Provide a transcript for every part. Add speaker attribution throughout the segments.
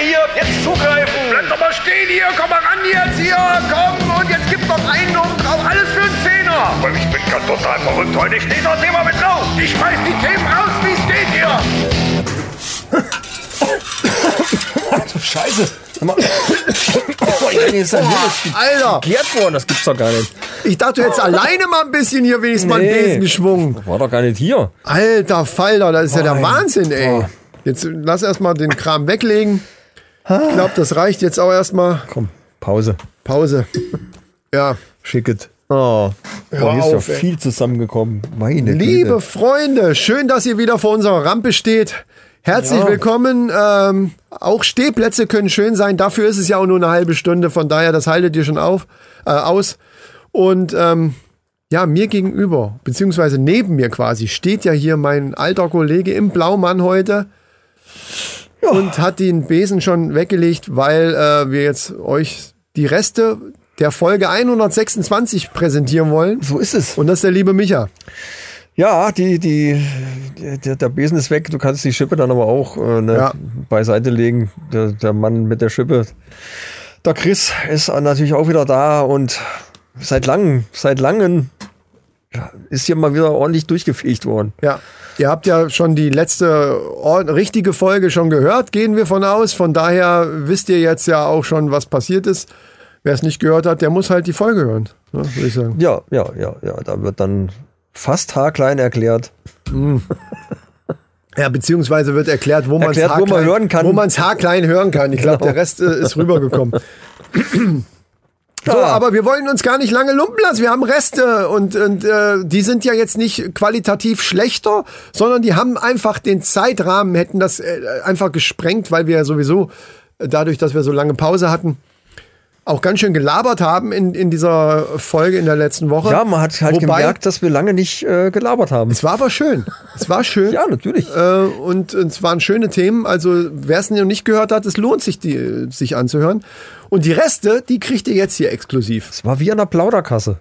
Speaker 1: hier, jetzt zugreifen.
Speaker 2: Bleib doch mal stehen hier, komm mal ran jetzt hier, komm und jetzt gib noch einen und auch alles für einen Zehner.
Speaker 1: Aber Oh, ich bin ganz total verrückt heute, ich stehe das Thema mit drauf.
Speaker 2: Ich schmeiß die Themen raus, wie es geht hier.
Speaker 3: Du Scheiße. Sag mal. Boah, ich bin jetzt da hier
Speaker 4: Alter,
Speaker 3: gegiert Oh, worden, das gibt's doch gar nicht. Oh.
Speaker 4: ich dachte jetzt alleine mal ein bisschen hier wenigstens mal einen
Speaker 3: Nee.
Speaker 4: Besen geschwungen.
Speaker 3: War doch gar nicht hier.
Speaker 4: Alter Falter, das ist ja der
Speaker 3: Nein.
Speaker 4: Wahnsinn, ey.
Speaker 3: Boah.
Speaker 4: Jetzt lass erstmal den Kram weglegen. Ich glaube, das reicht jetzt auch erstmal.
Speaker 3: Komm, Pause.
Speaker 4: Pause. Ja.
Speaker 3: Schicket. Oh, Boah, hier ist ja
Speaker 4: auf, ey.
Speaker 3: viel zusammengekommen. Meine
Speaker 4: Liebe
Speaker 3: Güte.
Speaker 4: Freunde, schön, dass ihr wieder vor unserer Rampe steht. Herzlich
Speaker 3: Ja.
Speaker 4: willkommen. Ähm, auch Stehplätze können schön sein. Dafür ist es ja auch nur eine halbe Stunde. Von daher, das haltet ihr schon auf, äh, aus. Und ähm, ja, mir gegenüber, beziehungsweise neben mir quasi, steht ja hier mein alter Kollege im Blaumann heute. Und hat den Besen schon weggelegt, weil äh, wir jetzt euch die Reste der Folge 126 präsentieren wollen.
Speaker 3: So ist es.
Speaker 4: Und das ist der liebe Micha.
Speaker 3: Ja, die, die, der, der Besen ist weg. Du kannst die Schippe dann aber auch äh, ne,
Speaker 4: Ja.
Speaker 3: beiseite legen. Der, der Mann mit der Schippe. Der Chris ist äh, natürlich auch wieder da und seit langem, seit langem ja, ist hier mal wieder ordentlich durchgefegt worden.
Speaker 4: Ja, ihr habt ja schon die letzte ord- richtige Folge schon gehört, gehen wir von aus. Von daher wisst ihr jetzt ja auch schon, was passiert ist. Wer es nicht gehört hat, der muss halt die Folge hören, ne, würde ich sagen.
Speaker 3: Ja, ja, ja, ja. Da wird dann fast haarklein erklärt.
Speaker 4: Ja, beziehungsweise wird erklärt, wo man es
Speaker 3: Erklärt, wo man hören kann.
Speaker 4: wo man's haarklein hören kann. Ich glaube,
Speaker 3: Genau.
Speaker 4: der Rest äh, ist rübergekommen. So,
Speaker 3: Ja.
Speaker 4: aber wir wollen uns gar nicht lange lumpen lassen. Wir haben Reste und, und äh, die sind ja jetzt nicht qualitativ schlechter, sondern die haben einfach den Zeitrahmen, hätten das äh, einfach gesprengt, weil wir ja sowieso äh, dadurch, dass wir so lange Pause hatten, auch ganz schön gelabert haben in, in dieser Folge in der letzten Woche.
Speaker 3: Ja, man hat halt
Speaker 4: Wobei,
Speaker 3: gemerkt, dass wir lange nicht äh, gelabert haben.
Speaker 4: Es war aber schön. Es war schön.
Speaker 3: Ja, ne? natürlich.
Speaker 4: Äh, und es waren schöne Themen. Also, wer es noch nicht gehört hat, es lohnt sich, die, sich anzuhören. Und die Reste, die kriegt ihr jetzt hier exklusiv.
Speaker 3: Es war wie an der Plauderkasse.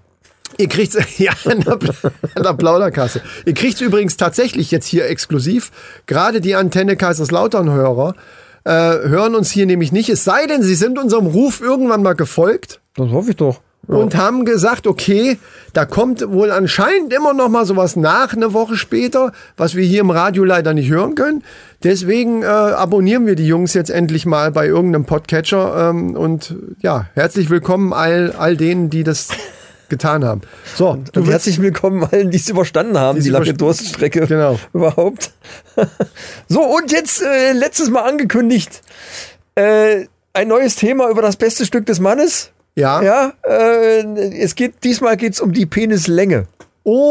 Speaker 4: Ihr kriegt's ja an der, Pla- an der Plauderkasse. Ihr kriegt's übrigens tatsächlich jetzt hier exklusiv. Gerade die Antenne Kaiserslautern-Hörer äh, hören uns hier nämlich nicht. Es sei denn, sie sind unserem Ruf irgendwann mal gefolgt
Speaker 3: Das hoffe ich doch.
Speaker 4: und haben gesagt, okay, da kommt wohl anscheinend immer noch mal sowas nach eine Woche später, was wir hier im Radio leider nicht hören können. Deswegen äh, abonnieren wir die Jungs jetzt endlich mal bei irgendeinem Podcatcher ähm, und ja, herzlich willkommen all, all denen, die das getan haben. So,
Speaker 3: Du
Speaker 4: du
Speaker 3: und
Speaker 4: willst,
Speaker 3: herzlich willkommen allen, die es überstanden haben,
Speaker 4: Die's
Speaker 3: die lange
Speaker 4: überst-
Speaker 3: Durststrecke
Speaker 4: Genau.
Speaker 3: überhaupt. so, und jetzt äh, letztes Mal angekündigt, äh, ein neues Thema über das beste Stück des Mannes.
Speaker 4: ja.
Speaker 3: Ja, äh, es geht, diesmal geht es um die Penislänge.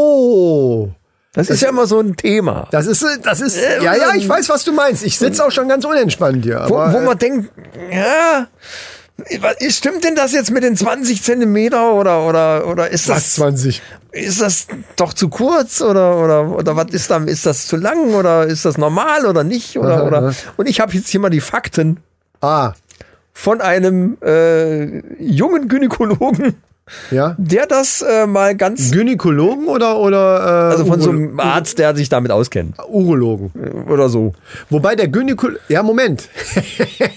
Speaker 4: Oh,
Speaker 3: Das ist ja immer so ein Thema.
Speaker 4: das ist das ist ja ja, ich weiß, was du meinst. Ich sitze auch schon ganz unentspannt hier,
Speaker 3: Äh, Wo,
Speaker 4: aber
Speaker 3: wo
Speaker 4: äh,
Speaker 3: man denkt, ja, was- stimmt denn das jetzt mit den 20 Zentimeter oder, oder, oder ist
Speaker 4: was
Speaker 3: das,
Speaker 4: 20.
Speaker 3: ist das doch zu kurz oder, oder, oder was ist da, ist das zu lang oder ist das normal oder nicht oder, oder. Und ich habe jetzt hier mal die Fakten
Speaker 4: Ah,
Speaker 3: von einem äh, jungen Gynäkologen,
Speaker 4: ja.
Speaker 3: der das äh, mal ganz,
Speaker 4: Gynäkologen oder oder äh,
Speaker 3: also von so
Speaker 4: Uro-
Speaker 3: einem Arzt, der sich damit auskennt
Speaker 4: Urologen.
Speaker 3: oder so.
Speaker 4: Wobei der Gynäkologe. Ja, Moment.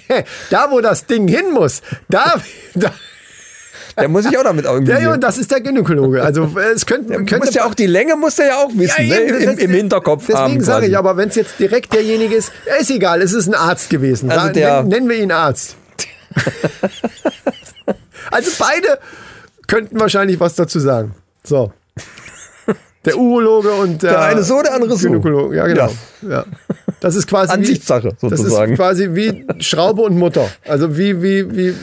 Speaker 4: da, wo das Ding hin muss, da. da
Speaker 3: Der muss sich auch damit irgendwie.
Speaker 4: ja, ja, das ist der Gynäkologe. Also, äh, es könnte.
Speaker 3: der
Speaker 4: könnte
Speaker 3: muss ja auch die Länge muss der ja auch wissen,
Speaker 4: Ja, eben,
Speaker 3: ne? Im,
Speaker 4: das-
Speaker 3: im Hinterkopf haben.
Speaker 4: Deswegen sage
Speaker 3: quasi.
Speaker 4: ich, aber wenn es jetzt direkt derjenige ist, ja, ist egal, es ist ein Arzt gewesen.
Speaker 3: Also
Speaker 4: Sagen-
Speaker 3: der-
Speaker 4: nennen, nennen wir ihn Arzt. also beide könnten wahrscheinlich was dazu sagen. So. Der Urologe und der,
Speaker 3: Der eine so, der andere so.
Speaker 4: Gynäkologe. Ja, genau. Ja. Das ist quasi. wie-
Speaker 3: Ansichtssache,
Speaker 4: Das
Speaker 3: sozusagen.
Speaker 4: ist quasi wie Schraube und Mutter. Also wie, wie, wie,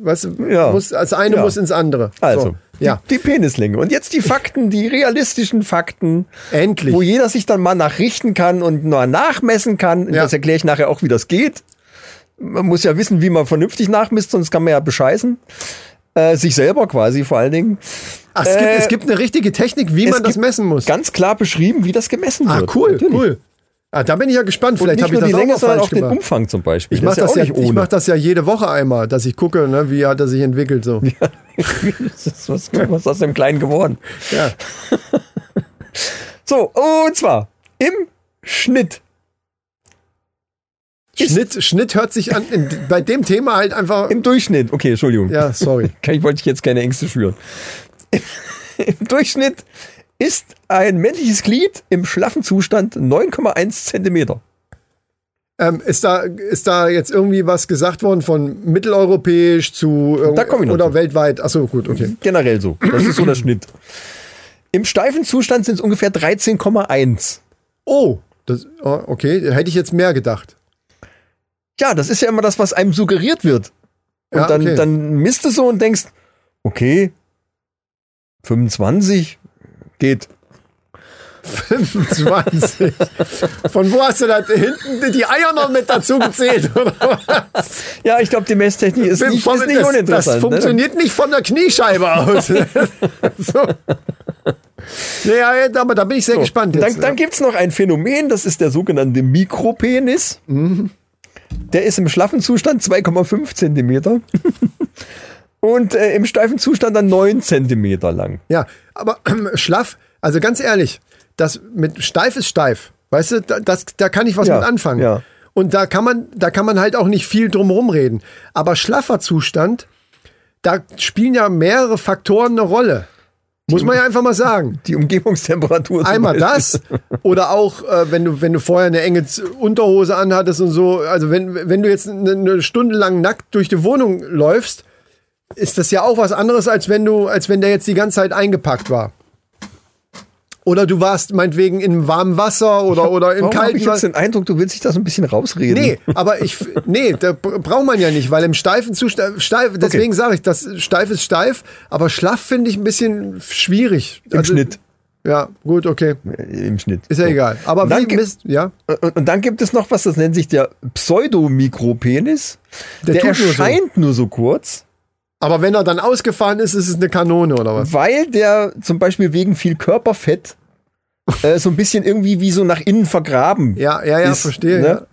Speaker 4: was,
Speaker 3: Ja.
Speaker 4: muss, das eine
Speaker 3: Ja.
Speaker 4: muss ins andere.
Speaker 3: Also,
Speaker 4: So. Ja,
Speaker 3: die, die Penislänge. Und jetzt die Fakten, die realistischen Fakten,
Speaker 4: endlich.
Speaker 3: wo jeder sich dann mal nachrichten kann und mal nachmessen kann. Und
Speaker 4: Ja.
Speaker 3: Das erkläre ich nachher auch, wie das geht. Man muss ja wissen, wie man vernünftig nachmisst, sonst kann man ja bescheißen. Äh, sich selber quasi vor allen Dingen.
Speaker 4: Ach, es, gibt,
Speaker 3: Äh,
Speaker 4: es gibt eine richtige Technik, wie
Speaker 3: es
Speaker 4: man das
Speaker 3: gibt
Speaker 4: messen muss.
Speaker 3: Ganz klar beschrieben, wie das gemessen
Speaker 4: Ah,
Speaker 3: wird.
Speaker 4: cool,
Speaker 3: Natürlich.
Speaker 4: cool. Ah, da bin ich ja gespannt.
Speaker 3: Und
Speaker 4: Vielleicht
Speaker 3: nicht
Speaker 4: habe
Speaker 3: nur
Speaker 4: ich
Speaker 3: die
Speaker 4: das auch
Speaker 3: Länge,
Speaker 4: noch
Speaker 3: sondern auch
Speaker 4: falsch
Speaker 3: den
Speaker 4: gemacht.
Speaker 3: Umfang zum Beispiel.
Speaker 4: Ich mache das, ja,
Speaker 3: auch
Speaker 4: ich mach das ja jede Woche einmal, dass ich gucke, ne, wie hat er sich entwickelt. So.
Speaker 3: Das ist was, was ist aus dem Kleinen geworden?
Speaker 4: Ja.
Speaker 3: So, und zwar im Schnitt
Speaker 4: Schnitt, Schnitt hört sich an, in, bei dem Thema halt einfach.
Speaker 3: Im Durchschnitt, okay, Entschuldigung.
Speaker 4: Ja, sorry.
Speaker 3: Kann- Ich wollte jetzt keine Ängste schüren. Im Durchschnitt ist ein männliches Glied im schlaffen Zustand 9,1 Zentimeter.
Speaker 4: Ähm, ist, da, ist da jetzt irgendwie was gesagt worden von mitteleuropäisch zu irgend-
Speaker 3: Da komm ich noch
Speaker 4: oder
Speaker 3: zu.
Speaker 4: weltweit? Achso, gut, okay.
Speaker 3: Generell so. Das ist so der Schnitt. Im steifen Zustand sind es ungefähr 13,1.
Speaker 4: Oh, das, oh, okay, hätte ich jetzt mehr gedacht.
Speaker 3: Ja, das ist ja immer das, was einem suggeriert wird. Und
Speaker 4: Ja,
Speaker 3: dann,
Speaker 4: okay.
Speaker 3: dann misst du so und denkst, okay, 25 geht.
Speaker 4: 25. Von wo hast du da hinten die Eier noch mit dazu gezählt? Oder was?
Speaker 3: Ja, ich glaube, die Messtechnik ist nicht, ist nicht
Speaker 4: das,
Speaker 3: uninteressant.
Speaker 4: das
Speaker 3: ne?
Speaker 4: funktioniert nicht von der Kniescheibe aus. so. Naja, aber da bin ich sehr gespannt jetzt.
Speaker 3: Oh, Dann, dann gibt es noch ein Phänomen, das ist der sogenannte Mikropenis.
Speaker 4: Mhm.
Speaker 3: Der ist im schlaffen Zustand 2,5 Zentimeter und äh, im steifen Zustand dann 9 Zentimeter lang.
Speaker 4: Ja, aber schlaff, also ganz ehrlich, das mit steif ist steif. Weißt du, da, das, da kann ich was
Speaker 3: Ja,
Speaker 4: mit anfangen.
Speaker 3: ja.
Speaker 4: Und da kann man, da kann man halt auch nicht viel drum rumreden. Aber schlaffer Zustand, da spielen ja mehrere Faktoren eine Rolle. Muss man ja einfach mal sagen.
Speaker 3: Die Umgebungstemperatur. zum
Speaker 4: Einmal
Speaker 3: Beispiel.
Speaker 4: das oder auch, äh, wenn, du, wenn du vorher eine enge Z- Unterhose anhattest und so. Also, wenn, wenn du jetzt eine, eine Stunde lang nackt durch die Wohnung läufst, ist das ja auch was anderes, als wenn, du, als wenn der jetzt die ganze Zeit eingepackt war. Oder du warst meinetwegen im warmen Wasser oder, oder im
Speaker 3: Warum habe
Speaker 4: kalten
Speaker 3: ich jetzt
Speaker 4: Wasser.
Speaker 3: den Eindruck, du willst dich da so ein bisschen rausreden?
Speaker 4: Nee, aber ich, f- nee, da b- braucht man ja nicht, weil im steifen Zustand, steif, deswegen sage ich, das steif ist steif, aber schlaff finde ich ein bisschen schwierig.
Speaker 3: Im Schnitt.
Speaker 4: Ja, gut, okay.
Speaker 3: Äh, Im Schnitt.
Speaker 4: also- Ist ja
Speaker 3: So.
Speaker 4: egal. Aber
Speaker 3: Dann
Speaker 4: wie
Speaker 3: gibt-
Speaker 4: Mist, ja.
Speaker 3: Und, und dann gibt es noch was, das nennt sich der Pseudomikropenis. Der,
Speaker 4: tut nur so.
Speaker 3: erscheint nur so kurz,
Speaker 4: Aber wenn er dann ausgefahren ist, ist es eine Kanone oder was?
Speaker 3: weil der zum Beispiel wegen viel Körperfett äh, so ein bisschen irgendwie wie so nach innen vergraben.
Speaker 4: Ja, ja, ja,
Speaker 3: Mhm. ist,
Speaker 4: verstehe.
Speaker 3: ne?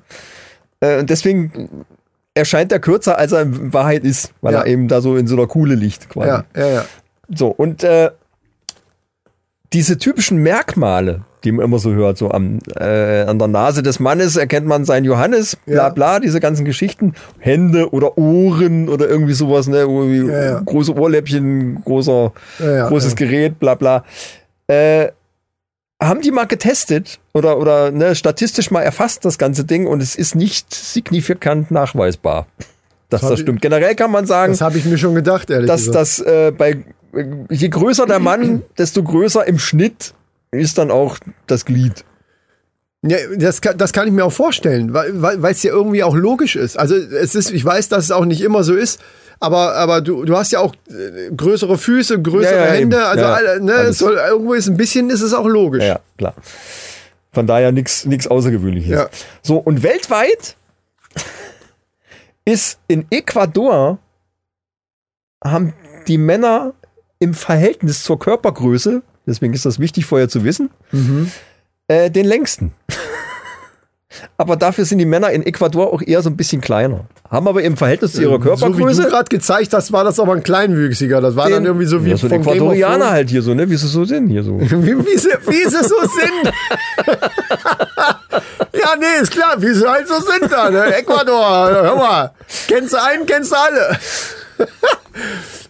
Speaker 3: Äh, und deswegen erscheint er kürzer, als er in Wahrheit ist, weil
Speaker 4: Ja.
Speaker 3: er eben da so in so einer Kuhle liegt
Speaker 4: Ja,
Speaker 3: quasi.
Speaker 4: ja, ja. ja.
Speaker 3: So, und äh, diese typischen Merkmale, die man immer so hört, so am, äh, an der Nase des Mannes erkennt man seinen Johannes, bla
Speaker 4: Ja.
Speaker 3: bla, diese ganzen Geschichten, Hände oder Ohren oder irgendwie sowas, ne? Irgendwie
Speaker 4: Ja, ja.
Speaker 3: Große Ohrläppchen, großer,
Speaker 4: Ja, ja,
Speaker 3: großes Gerät, bla bla. Äh, haben die mal getestet oder, oder ne, statistisch mal erfasst, das ganze Ding, und es ist nicht signifikant nachweisbar, dass das,
Speaker 4: hab ich-
Speaker 3: stimmt. Generell kann man sagen,
Speaker 4: Das habe ich mir schon gedacht, ehrlich
Speaker 3: dass
Speaker 4: gesagt.
Speaker 3: das äh, bei je größer der Mann, desto größer im Schnitt ist dann auch das Glied.
Speaker 4: Ja, das, kann, das kann ich mir auch vorstellen, weil weil- weil es ja irgendwie auch logisch ist. Also es ist, ich weiß, dass es auch nicht immer so ist, aber, aber du, du hast ja auch äh, größere Füße, größere
Speaker 3: Ja, ja, eben.
Speaker 4: Hände, also
Speaker 3: Ja,
Speaker 4: alle, ne,
Speaker 3: alles.
Speaker 4: es soll, irgendwo ist ein bisschen, ist es auch logisch.
Speaker 3: Ja, klar. Von daher nichts Außergewöhnliches.
Speaker 4: Ja.
Speaker 3: So, und weltweit ist in Ecuador haben die Männer im Verhältnis zur Körpergröße, deswegen ist das wichtig vorher zu wissen,
Speaker 4: Mhm.
Speaker 3: äh, den längsten. aber dafür sind die Männer in Ecuador auch eher so ein bisschen kleiner. Haben aber im Verhältnis zu ihrer
Speaker 4: Äh, So wie
Speaker 3: Körpergröße
Speaker 4: du gerade gezeigt hast, war das aber ein kleinwüchsiger. Das war dann irgendwie so wie
Speaker 3: ja, so
Speaker 4: vom
Speaker 3: die
Speaker 4: Game of
Speaker 3: Ecuadorianer halt hier so, ne? Wie sie so sind hier so.
Speaker 4: Wie, wie, sie, wie sie so sind. ja, nee, ist klar, wie sie halt so sind da. Ne? Ecuador, hör mal. Kennst du einen, kennst du alle.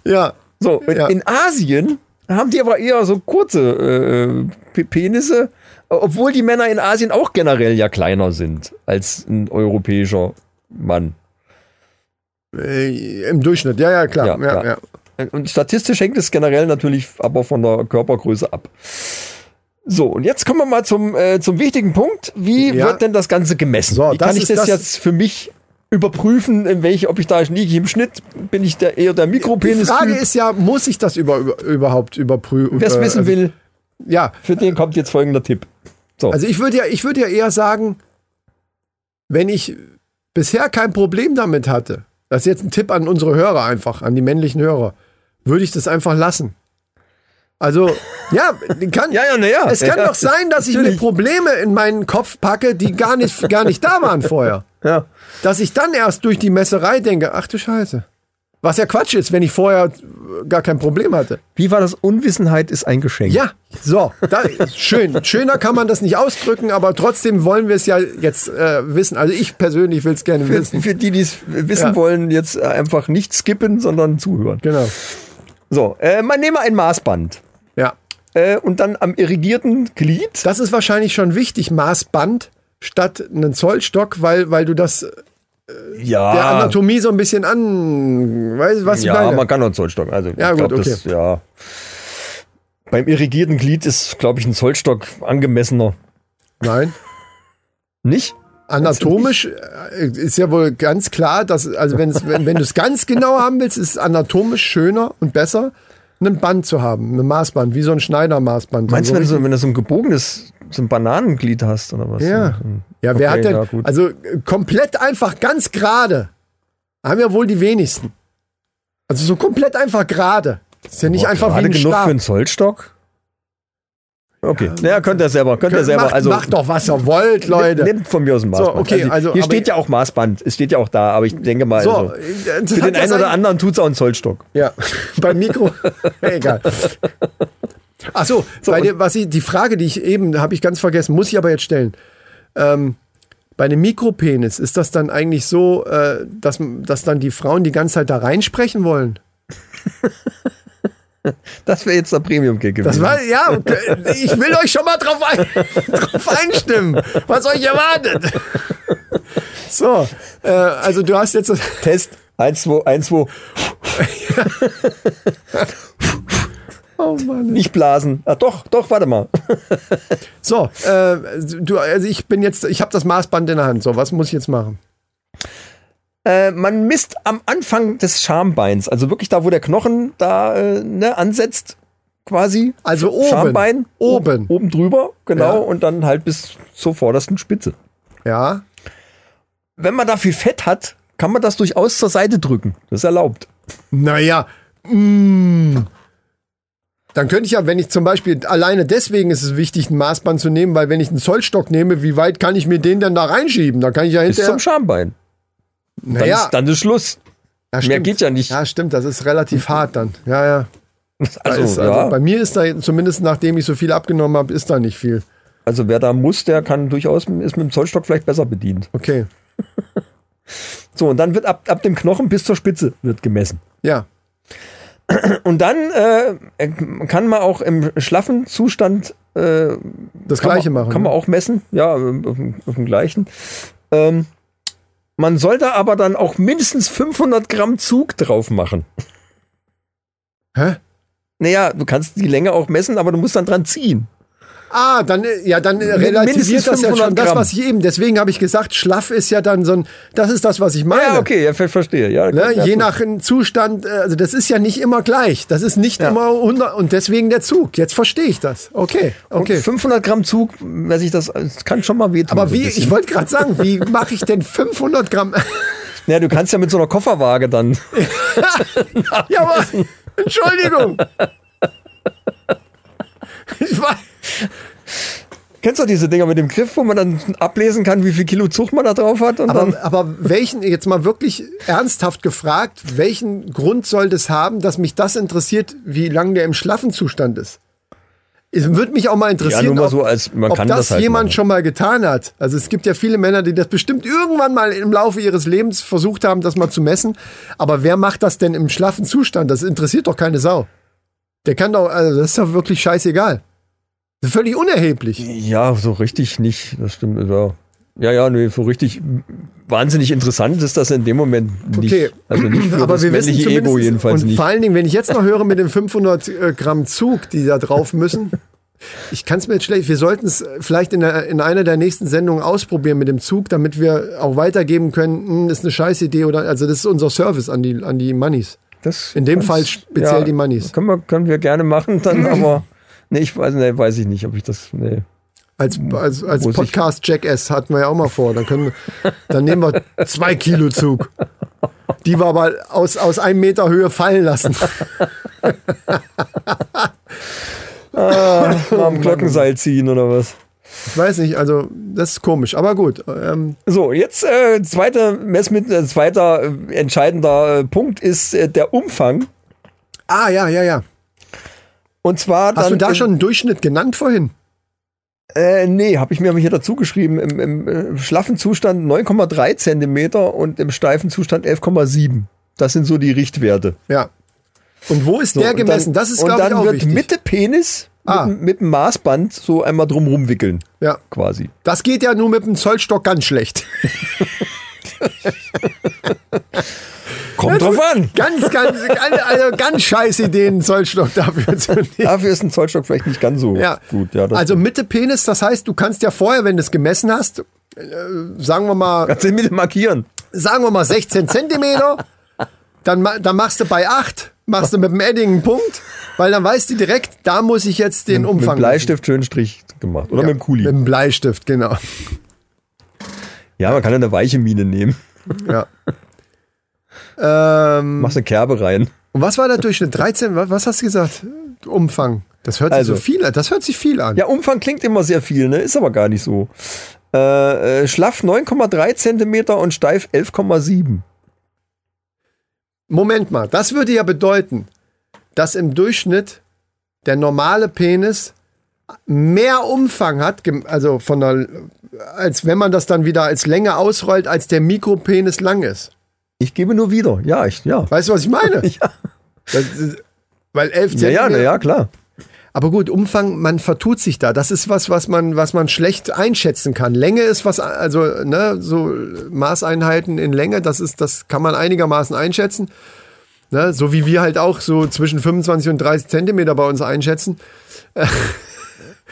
Speaker 4: ja.
Speaker 3: So, in,
Speaker 4: Ja.
Speaker 3: in Asien haben die aber eher so kurze äh, Pe- Penisse, obwohl die Männer in Asien auch generell ja kleiner sind als ein europäischer Mann.
Speaker 4: Äh, Im Durchschnitt, ja, ja, klar.
Speaker 3: Ja,
Speaker 4: Ja,
Speaker 3: klar.
Speaker 4: ja,
Speaker 3: Und statistisch hängt es generell natürlich aber von der Körpergröße ab. So, und jetzt kommen wir mal zum, äh, zum wichtigen Punkt. Wie
Speaker 4: Ja.
Speaker 3: wird denn das Ganze gemessen?
Speaker 4: So,
Speaker 3: Wie
Speaker 4: das
Speaker 3: kann ich
Speaker 4: ist
Speaker 3: das,
Speaker 4: das-
Speaker 3: jetzt für mich überprüfen, in welche, ob ich da liege im Schnitt, bin ich der, eher der
Speaker 4: Die
Speaker 3: Mikropenis?
Speaker 4: Frage ist ja, muss ich das über, über, überhaupt überprüfen? äh, also,
Speaker 3: Wer es wissen will,
Speaker 4: Ja,
Speaker 3: für den kommt jetzt folgender Tipp. So.
Speaker 4: also ich würde ja, ich würde ja eher sagen, wenn ich bisher kein Problem damit hatte, das ist jetzt ein Tipp an unsere Hörer einfach, an die männlichen Hörer, würde ich das einfach lassen. Also, ja, kann,
Speaker 3: Ja, ja, na ja.
Speaker 4: es kann
Speaker 3: Ja,
Speaker 4: doch sein, dass ich mir
Speaker 3: natürlich.
Speaker 4: Probleme in meinen Kopf packe, die gar nicht, gar nicht da waren vorher.
Speaker 3: ja.
Speaker 4: Dass ich dann erst durch die Messerei denke, ach du Scheiße. Was ja Quatsch ist, wenn ich vorher gar kein Problem hatte.
Speaker 3: Wie war das? Unwissenheit ist ein Geschenk.
Speaker 4: Ja, so, da, schön. Schöner kann man das nicht ausdrücken, aber trotzdem wollen wir es ja jetzt äh, wissen. Also ich persönlich will es gerne
Speaker 3: Für,
Speaker 4: wissen.
Speaker 3: für die, die es wissen
Speaker 4: Ja.
Speaker 3: wollen, jetzt äh, einfach nicht skippen, sondern zuhören.
Speaker 4: Genau.
Speaker 3: So, äh, man nehme ein Maßband
Speaker 4: Ja.
Speaker 3: äh, und dann am irrigierten Glied.
Speaker 4: Das ist wahrscheinlich schon wichtig, Maßband statt einen Zollstock, weil, weil du das
Speaker 3: Ja,
Speaker 4: der Anatomie so ein bisschen an. Weißt, du, was ich
Speaker 3: Ah. ja
Speaker 4: meine?
Speaker 3: man kann auch einen Zollstock. Also,
Speaker 4: Ja,
Speaker 3: ich
Speaker 4: gut,
Speaker 3: glaub, das, ja. Beim irrigierten Glied ist, glaube ich, ein Zollstock angemessener.
Speaker 4: Nein.
Speaker 3: Nicht?
Speaker 4: Anatomisch äh, ist ja wohl ganz klar, dass, also wenn's, wenn, wenn du es ganz genau haben willst, ist es anatomisch schöner und besser, einen Band zu haben, ein Maßband, wie so ein Schneidermaßband.
Speaker 3: Meinst
Speaker 4: so
Speaker 3: du, wenn du, so, wenn du so ein gebogenes, so ein Bananenglied hast oder was?
Speaker 4: Ja. Ja, wer
Speaker 3: Okay,
Speaker 4: hat denn,
Speaker 3: ja, gut.
Speaker 4: also äh, komplett einfach, ganz gerade, haben ja wohl die wenigsten. Also so komplett einfach gerade. Ist ja nicht
Speaker 3: Boah,
Speaker 4: einfach wie
Speaker 3: gerade
Speaker 4: ein
Speaker 3: genug
Speaker 4: Stab.
Speaker 3: für einen Zollstock? Okay, ja, könnt ihr selber, könnt ihr
Speaker 4: Könnt-
Speaker 3: selber.
Speaker 4: macht,
Speaker 3: also
Speaker 4: macht doch, was ihr wollt, Leute.
Speaker 3: Nehmt von mir aus ein Maßband.
Speaker 4: okay, also,
Speaker 3: hier
Speaker 4: aber-
Speaker 3: steht ja auch Maßband. Es steht ja auch da, aber ich denke mal,
Speaker 4: so,
Speaker 3: also,
Speaker 4: äh, das
Speaker 3: für
Speaker 4: hat
Speaker 3: den
Speaker 4: ja
Speaker 3: einen
Speaker 4: sein-
Speaker 3: oder anderen tut's auch ein Zollstock.
Speaker 4: Ja, beim Mikro. Egal. Ach so, bei dir, was ich, die Frage, die ich eben, habe ich ganz vergessen, muss ich aber jetzt stellen. Ähm, bei einem Mikropenis ist das dann eigentlich so, äh, dass, dass dann die Frauen die ganze Zeit da reinsprechen wollen?
Speaker 3: Das wäre jetzt der Premium-Kick
Speaker 4: Das
Speaker 3: gewesen.
Speaker 4: war, ja, okay, ich will euch schon mal drauf, ein, drauf einstimmen, was euch erwartet. So, äh, also du hast jetzt das,
Speaker 3: Test. Eins, zwei, eins, zwei.
Speaker 4: oh Mann.
Speaker 3: Nicht blasen. Ah, doch, doch, warte mal.
Speaker 4: So, äh, du, also ich bin jetzt, ich habe das Maßband in der Hand. So, was muss ich jetzt machen?
Speaker 3: Äh, man misst am Anfang des Schambeins, also wirklich da, wo der Knochen da äh, ne, ansetzt, quasi.
Speaker 4: Also oben.
Speaker 3: Schambein.
Speaker 4: Oben.
Speaker 3: Oben drüber, genau.
Speaker 4: Ja.
Speaker 3: Und dann halt bis zur vordersten Spitze.
Speaker 4: Ja.
Speaker 3: Wenn man da viel Fett hat, kann man das durchaus zur Seite drücken. Das ist erlaubt.
Speaker 4: Naja. Mm. Dann könnte ich ja, wenn ich zum Beispiel, alleine deswegen ist es wichtig, ein Maßband zu nehmen, weil wenn ich einen Zollstock nehme, wie weit kann ich mir den denn da reinschieben? Da kann ich ja
Speaker 3: Bis
Speaker 4: hinterher.
Speaker 3: zum Schambein. Dann,
Speaker 4: naja,
Speaker 3: ist, dann ist Schluss.
Speaker 4: ja,
Speaker 3: Mehr
Speaker 4: stimmt.
Speaker 3: geht ja nicht.
Speaker 4: Ja, stimmt, das ist relativ hart dann. Ja, ja. Da
Speaker 3: Also,
Speaker 4: ist, also
Speaker 3: ja.
Speaker 4: Bei mir ist da, zumindest nachdem ich so viel abgenommen habe, ist da nicht viel.
Speaker 3: also wer da muss, der kann durchaus, ist mit dem Zollstock vielleicht besser bedient.
Speaker 4: Okay.
Speaker 3: So, und dann wird ab, ab dem Knochen bis zur Spitze wird gemessen.
Speaker 4: Ja.
Speaker 3: Und dann äh, kann man auch im schlaffen Zustand äh,
Speaker 4: Das
Speaker 3: kann
Speaker 4: gleiche
Speaker 3: man,
Speaker 4: machen. ne?
Speaker 3: Kann man auch messen, ja, auf dem, auf dem gleichen. Ähm, man sollte aber dann auch mindestens 500 Gramm Zug drauf machen.
Speaker 4: Hä?
Speaker 3: Naja, du kannst die Länge auch messen, aber du musst dann dran ziehen.
Speaker 4: Ah, dann, äh, ja, dann äh, relativiert
Speaker 3: mindestens
Speaker 4: das ja schon
Speaker 3: 500
Speaker 4: das,
Speaker 3: Gramm.
Speaker 4: was ich eben, deswegen habe ich gesagt, schlaff ist ja dann so ein, das ist das, was ich meine.
Speaker 3: Ja, okay, ja, ver verstehe. Ja,
Speaker 4: Ne,
Speaker 3: ja,
Speaker 4: je
Speaker 3: gut.
Speaker 4: nach Zustand, äh, also das ist ja nicht immer gleich. Das ist nicht
Speaker 3: Ja.
Speaker 4: immer unter, und deswegen der Zug. Jetzt verstehe ich das. Okay, okay.
Speaker 3: 500 Gramm Zug, wer sich das, das kann schon mal wehtun.
Speaker 4: Aber
Speaker 3: so ein
Speaker 4: wie,
Speaker 3: bisschen.
Speaker 4: ich wollte gerade sagen, wie mache ich denn 500 Gramm?
Speaker 3: Ja, du kannst ja mit so einer Kofferwaage dann.
Speaker 4: ja, aber, Entschuldigung. Ich war,
Speaker 3: Kennst du diese Dinger mit dem Griff, wo man dann ablesen kann, wie viel Kilo Zug man da drauf hat? Und dann,
Speaker 4: aber, aber welchen, jetzt mal wirklich ernsthaft gefragt, welchen Grund soll das haben, dass mich das interessiert, wie lange der im schlaffen Zustand ist? Es würde mich auch mal interessieren,
Speaker 3: nur mal so als- man
Speaker 4: ob
Speaker 3: kann
Speaker 4: das,
Speaker 3: das halt
Speaker 4: jemand
Speaker 3: machen.
Speaker 4: schon mal getan hat. Also es gibt ja viele Männer, die das bestimmt irgendwann mal im Laufe ihres Lebens versucht haben, das mal zu messen. Aber wer macht das denn im schlaffen Zustand? Das interessiert doch keine Sau. Der kann doch, also das ist doch wirklich scheißegal. Das ist völlig unerheblich.
Speaker 3: ja, so richtig nicht. Das stimmt. Ja, ja, ja nee, so richtig wahnsinnig interessant ist das in dem Moment nicht.
Speaker 4: Okay.
Speaker 3: Also nicht für
Speaker 4: Aber
Speaker 3: das
Speaker 4: wir wissen
Speaker 3: männliche
Speaker 4: zumindest,
Speaker 3: Ego jedenfalls
Speaker 4: und
Speaker 3: nicht.
Speaker 4: vor allen Dingen, wenn ich jetzt noch höre mit den 500 äh, Gramm Zug, die da drauf müssen, ich kann es mir jetzt schlecht, wir sollten es vielleicht in, der, in einer der nächsten Sendungen ausprobieren mit dem Zug, damit wir auch weitergeben können, hm, ist eine scheiß Idee oder, also das ist unser Service an die, an die Moneys.
Speaker 3: Das
Speaker 4: In dem
Speaker 3: kann's-
Speaker 4: Fall speziell
Speaker 3: ja,
Speaker 4: die Moneys.
Speaker 3: Können wir, können wir gerne machen, dann aber. Nee, ich weiß, nee, weiß ich nicht, ob ich das. Nee.
Speaker 4: Als, als, als
Speaker 3: Hm. Muss ich-
Speaker 4: Podcast Jackass hatten wir ja auch mal vor, dann können wir, dann nehmen wir zwei Kilo Zug. Die wir aber aus, aus einem Meter Höhe fallen lassen.
Speaker 3: Mal am Glockenseil ziehen oder was?
Speaker 4: Ich weiß nicht, also das ist komisch, aber gut. Ähm,
Speaker 3: So, jetzt äh, zweiter Messmittel, äh, zweiter äh, entscheidender äh, Punkt ist äh, der Umfang.
Speaker 4: ah, ja, ja, ja.
Speaker 3: Und zwar
Speaker 4: Hast
Speaker 3: dann
Speaker 4: du da
Speaker 3: im-
Speaker 4: schon einen Durchschnitt genannt vorhin?
Speaker 3: Äh, nee, habe ich mir aber hier dazu geschrieben. Im, im äh, schlaffen Zustand 9,3 Zentimeter und im steifen Zustand 11,7. Das sind so die Richtwerte.
Speaker 4: Ja. Und wo ist
Speaker 3: So,
Speaker 4: der
Speaker 3: und
Speaker 4: gemessen?
Speaker 3: dann-
Speaker 4: das ist,
Speaker 3: Und
Speaker 4: glaube
Speaker 3: dann
Speaker 4: ich, auch
Speaker 3: wird
Speaker 4: wichtig.
Speaker 3: Mitte Penis
Speaker 4: Ah.
Speaker 3: mit, mit dem Maßband so einmal drumrum wickeln,
Speaker 4: ja.
Speaker 3: quasi.
Speaker 4: Das geht ja nur mit dem Zollstock ganz schlecht.
Speaker 3: Kommt drauf an.
Speaker 4: Ganz, ganz, ganz, also ganz scheiß Ideen, einen Zollstock dafür zu nehmen.
Speaker 3: Dafür ist ein Zollstock vielleicht nicht ganz so
Speaker 4: Ja.
Speaker 3: gut. Ja, das
Speaker 4: also Mitte Penis, das heißt, du kannst ja vorher, wenn du es gemessen hast, äh, sagen wir mal,
Speaker 3: kannst du mit dem markieren.
Speaker 4: sagen wir mal 16 Zentimeter, dann, ma- dann machst du bei 8, machst du mit dem Edding einen Punkt, weil dann weißt du direkt, da muss ich jetzt den
Speaker 3: Mit
Speaker 4: Umfang.
Speaker 3: dem Bleistift schönen Strich gemacht. Oder
Speaker 4: messen.
Speaker 3: mit dem Kuli.
Speaker 4: Mit dem Bleistift, genau.
Speaker 3: Ja, man kann ja eine weiche Mine nehmen.
Speaker 4: Ja. ähm,
Speaker 3: Machst eine Kerbe rein.
Speaker 4: und was war der Durchschnitt? 13, wa- was hast du gesagt? Umfang. Das hört
Speaker 3: Also.
Speaker 4: sich so viel an. Das hört sich viel an.
Speaker 3: Ja, Umfang klingt immer sehr viel, ne? Ist aber gar nicht so. Äh, äh, schlaff 9,3 Zentimeter und steif 11,7.
Speaker 4: Moment mal, das würde ja bedeuten, dass im Durchschnitt der normale Penis mehr Umfang hat, gem- also von der, als wenn man das dann wieder als Länge ausrollt, als der Mikropenis lang ist.
Speaker 3: Ich gebe nur wieder. Ja, ich, ja.
Speaker 4: Weißt du, was ich meine?
Speaker 3: Ja.
Speaker 4: Das ist, weil 11
Speaker 3: Ja, ja, na
Speaker 4: Zentimeter-
Speaker 3: ja, klar.
Speaker 4: Aber gut, Umfang, man vertut sich da. Das ist was, was man, was man schlecht einschätzen kann. Länge ist was, also ne, so Maßeinheiten in Länge, das ist, das kann man einigermaßen einschätzen. Ne, so wie wir halt auch so zwischen 25 und 30 Zentimeter bei uns einschätzen.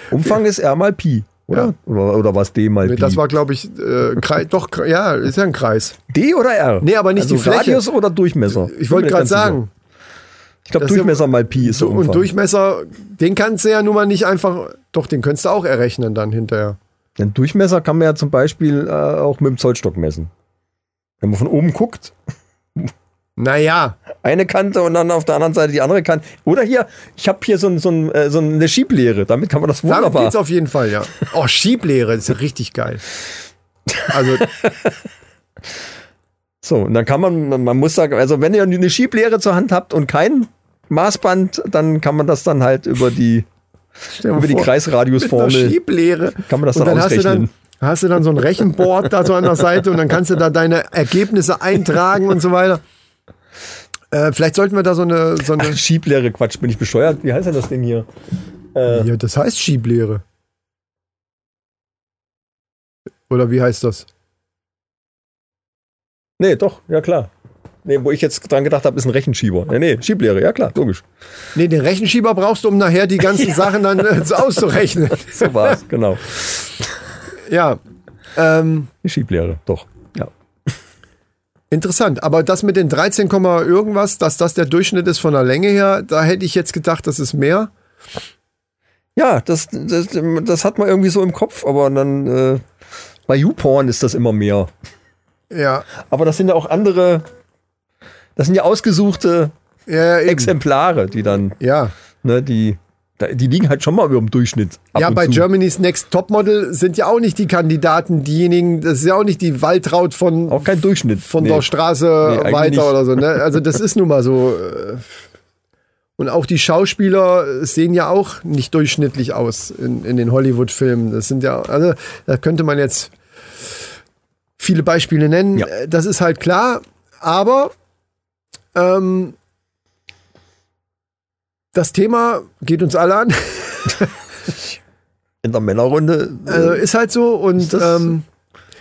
Speaker 3: Umfang ist R mal Pi, oder?
Speaker 4: Ja.
Speaker 3: Oder, oder was D mal Pi?
Speaker 4: Das war, glaube ich, äh, Kreis, doch, Kre- ja, ist ja ein Kreis.
Speaker 3: D oder R?
Speaker 4: Nee, aber nicht
Speaker 3: also
Speaker 4: die Fläche.
Speaker 3: Radius oder Durchmesser.
Speaker 4: Ich wollte
Speaker 3: Bin mir
Speaker 4: gerade
Speaker 3: nicht ganz
Speaker 4: sagen,
Speaker 3: sicher. Ich glaube,
Speaker 4: das ist ja-
Speaker 3: Durchmesser mal Pi ist so Umfang.
Speaker 4: und Durchmesser, den kannst du ja nun mal nicht einfach, doch, den könntest du auch errechnen dann hinterher.
Speaker 3: Denn Durchmesser kann man ja zum Beispiel äh, auch mit dem Zollstock messen. Wenn man von oben guckt,
Speaker 4: Naja,
Speaker 3: eine Kante und dann auf der anderen Seite die andere Kante. Oder hier, ich habe hier so, ein, so, ein, äh, so eine Schieblehre. Damit kann man das
Speaker 4: Damit
Speaker 3: wunderbar.
Speaker 4: geht's auf jeden Fall, ja. Oh, Schieblehre, das ist ja richtig geil. Also,
Speaker 3: So, und dann kann man, man- man muss sagen, also wenn ihr eine Schieblehre zur Hand habt und kein Maßband, dann kann man das dann halt über die, über die
Speaker 4: Formel.
Speaker 3: Kreisradiusformel.
Speaker 4: Schieblehre.
Speaker 3: Kann man das
Speaker 4: und
Speaker 3: dann
Speaker 4: dann hast, du dann
Speaker 3: ausrechnen.
Speaker 4: hast du dann so ein Rechenboard da so an der Seite und dann kannst du da deine Ergebnisse eintragen und so weiter. Äh, vielleicht sollten wir da so eine. So eine
Speaker 3: Schieblehre, Quatsch, bin ich bescheuert? Wie heißt denn das Ding hier?
Speaker 4: ja, das heißt Schieblehre. Oder wie heißt das?
Speaker 3: Nee, doch, ja klar. Nee, wo ich jetzt dran gedacht habe, ist ein Rechenschieber. Nee, nee, Schieblehre, ja klar, logisch.
Speaker 4: Nee, den Rechenschieber brauchst du, um nachher die ganzen Sachen dann äh, so auszurechnen.
Speaker 3: So war's, genau.
Speaker 4: Ja. Ähm,
Speaker 3: Die Schieblehre, doch. Ja.
Speaker 4: Interessant, aber das mit den 13, Komma irgendwas, dass das der Durchschnitt ist von der Länge her, da hätte ich jetzt gedacht, das ist mehr.
Speaker 3: Ja, das, das, das hat man irgendwie so im Kopf, aber dann äh, bei YouPorn ist das immer mehr.
Speaker 4: Ja,
Speaker 3: Aber das sind ja auch andere, das sind ja ausgesuchte
Speaker 4: ja, ja, eben.
Speaker 3: Exemplare, die dann,
Speaker 4: ja.
Speaker 3: ne, die, da- die liegen halt schon mal über dem Durchschnitt. ab
Speaker 4: ja
Speaker 3: und
Speaker 4: bei
Speaker 3: zu.
Speaker 4: Germany's Next Topmodel sind ja auch nicht die Kandidaten diejenigen, das ist ja auch nicht die Waltraud von,
Speaker 3: Auch kein Durchschnitt.
Speaker 4: von
Speaker 3: nee.
Speaker 4: der Straße
Speaker 3: eigentlich
Speaker 4: weiter
Speaker 3: nicht.
Speaker 4: oder so. Ne? Also das ist nun mal so. äh, Und auch die Schauspieler sehen ja auch nicht durchschnittlich aus in, in den Hollywood-Filmen. Das sind ja, also da könnte man jetzt viele Beispiele nennen.
Speaker 3: Ja.
Speaker 4: Äh, Das ist halt klar, aber ähm, das Thema geht uns alle an.
Speaker 3: In der Männerrunde äh,
Speaker 4: Also ist halt so und
Speaker 3: das-
Speaker 4: ähm,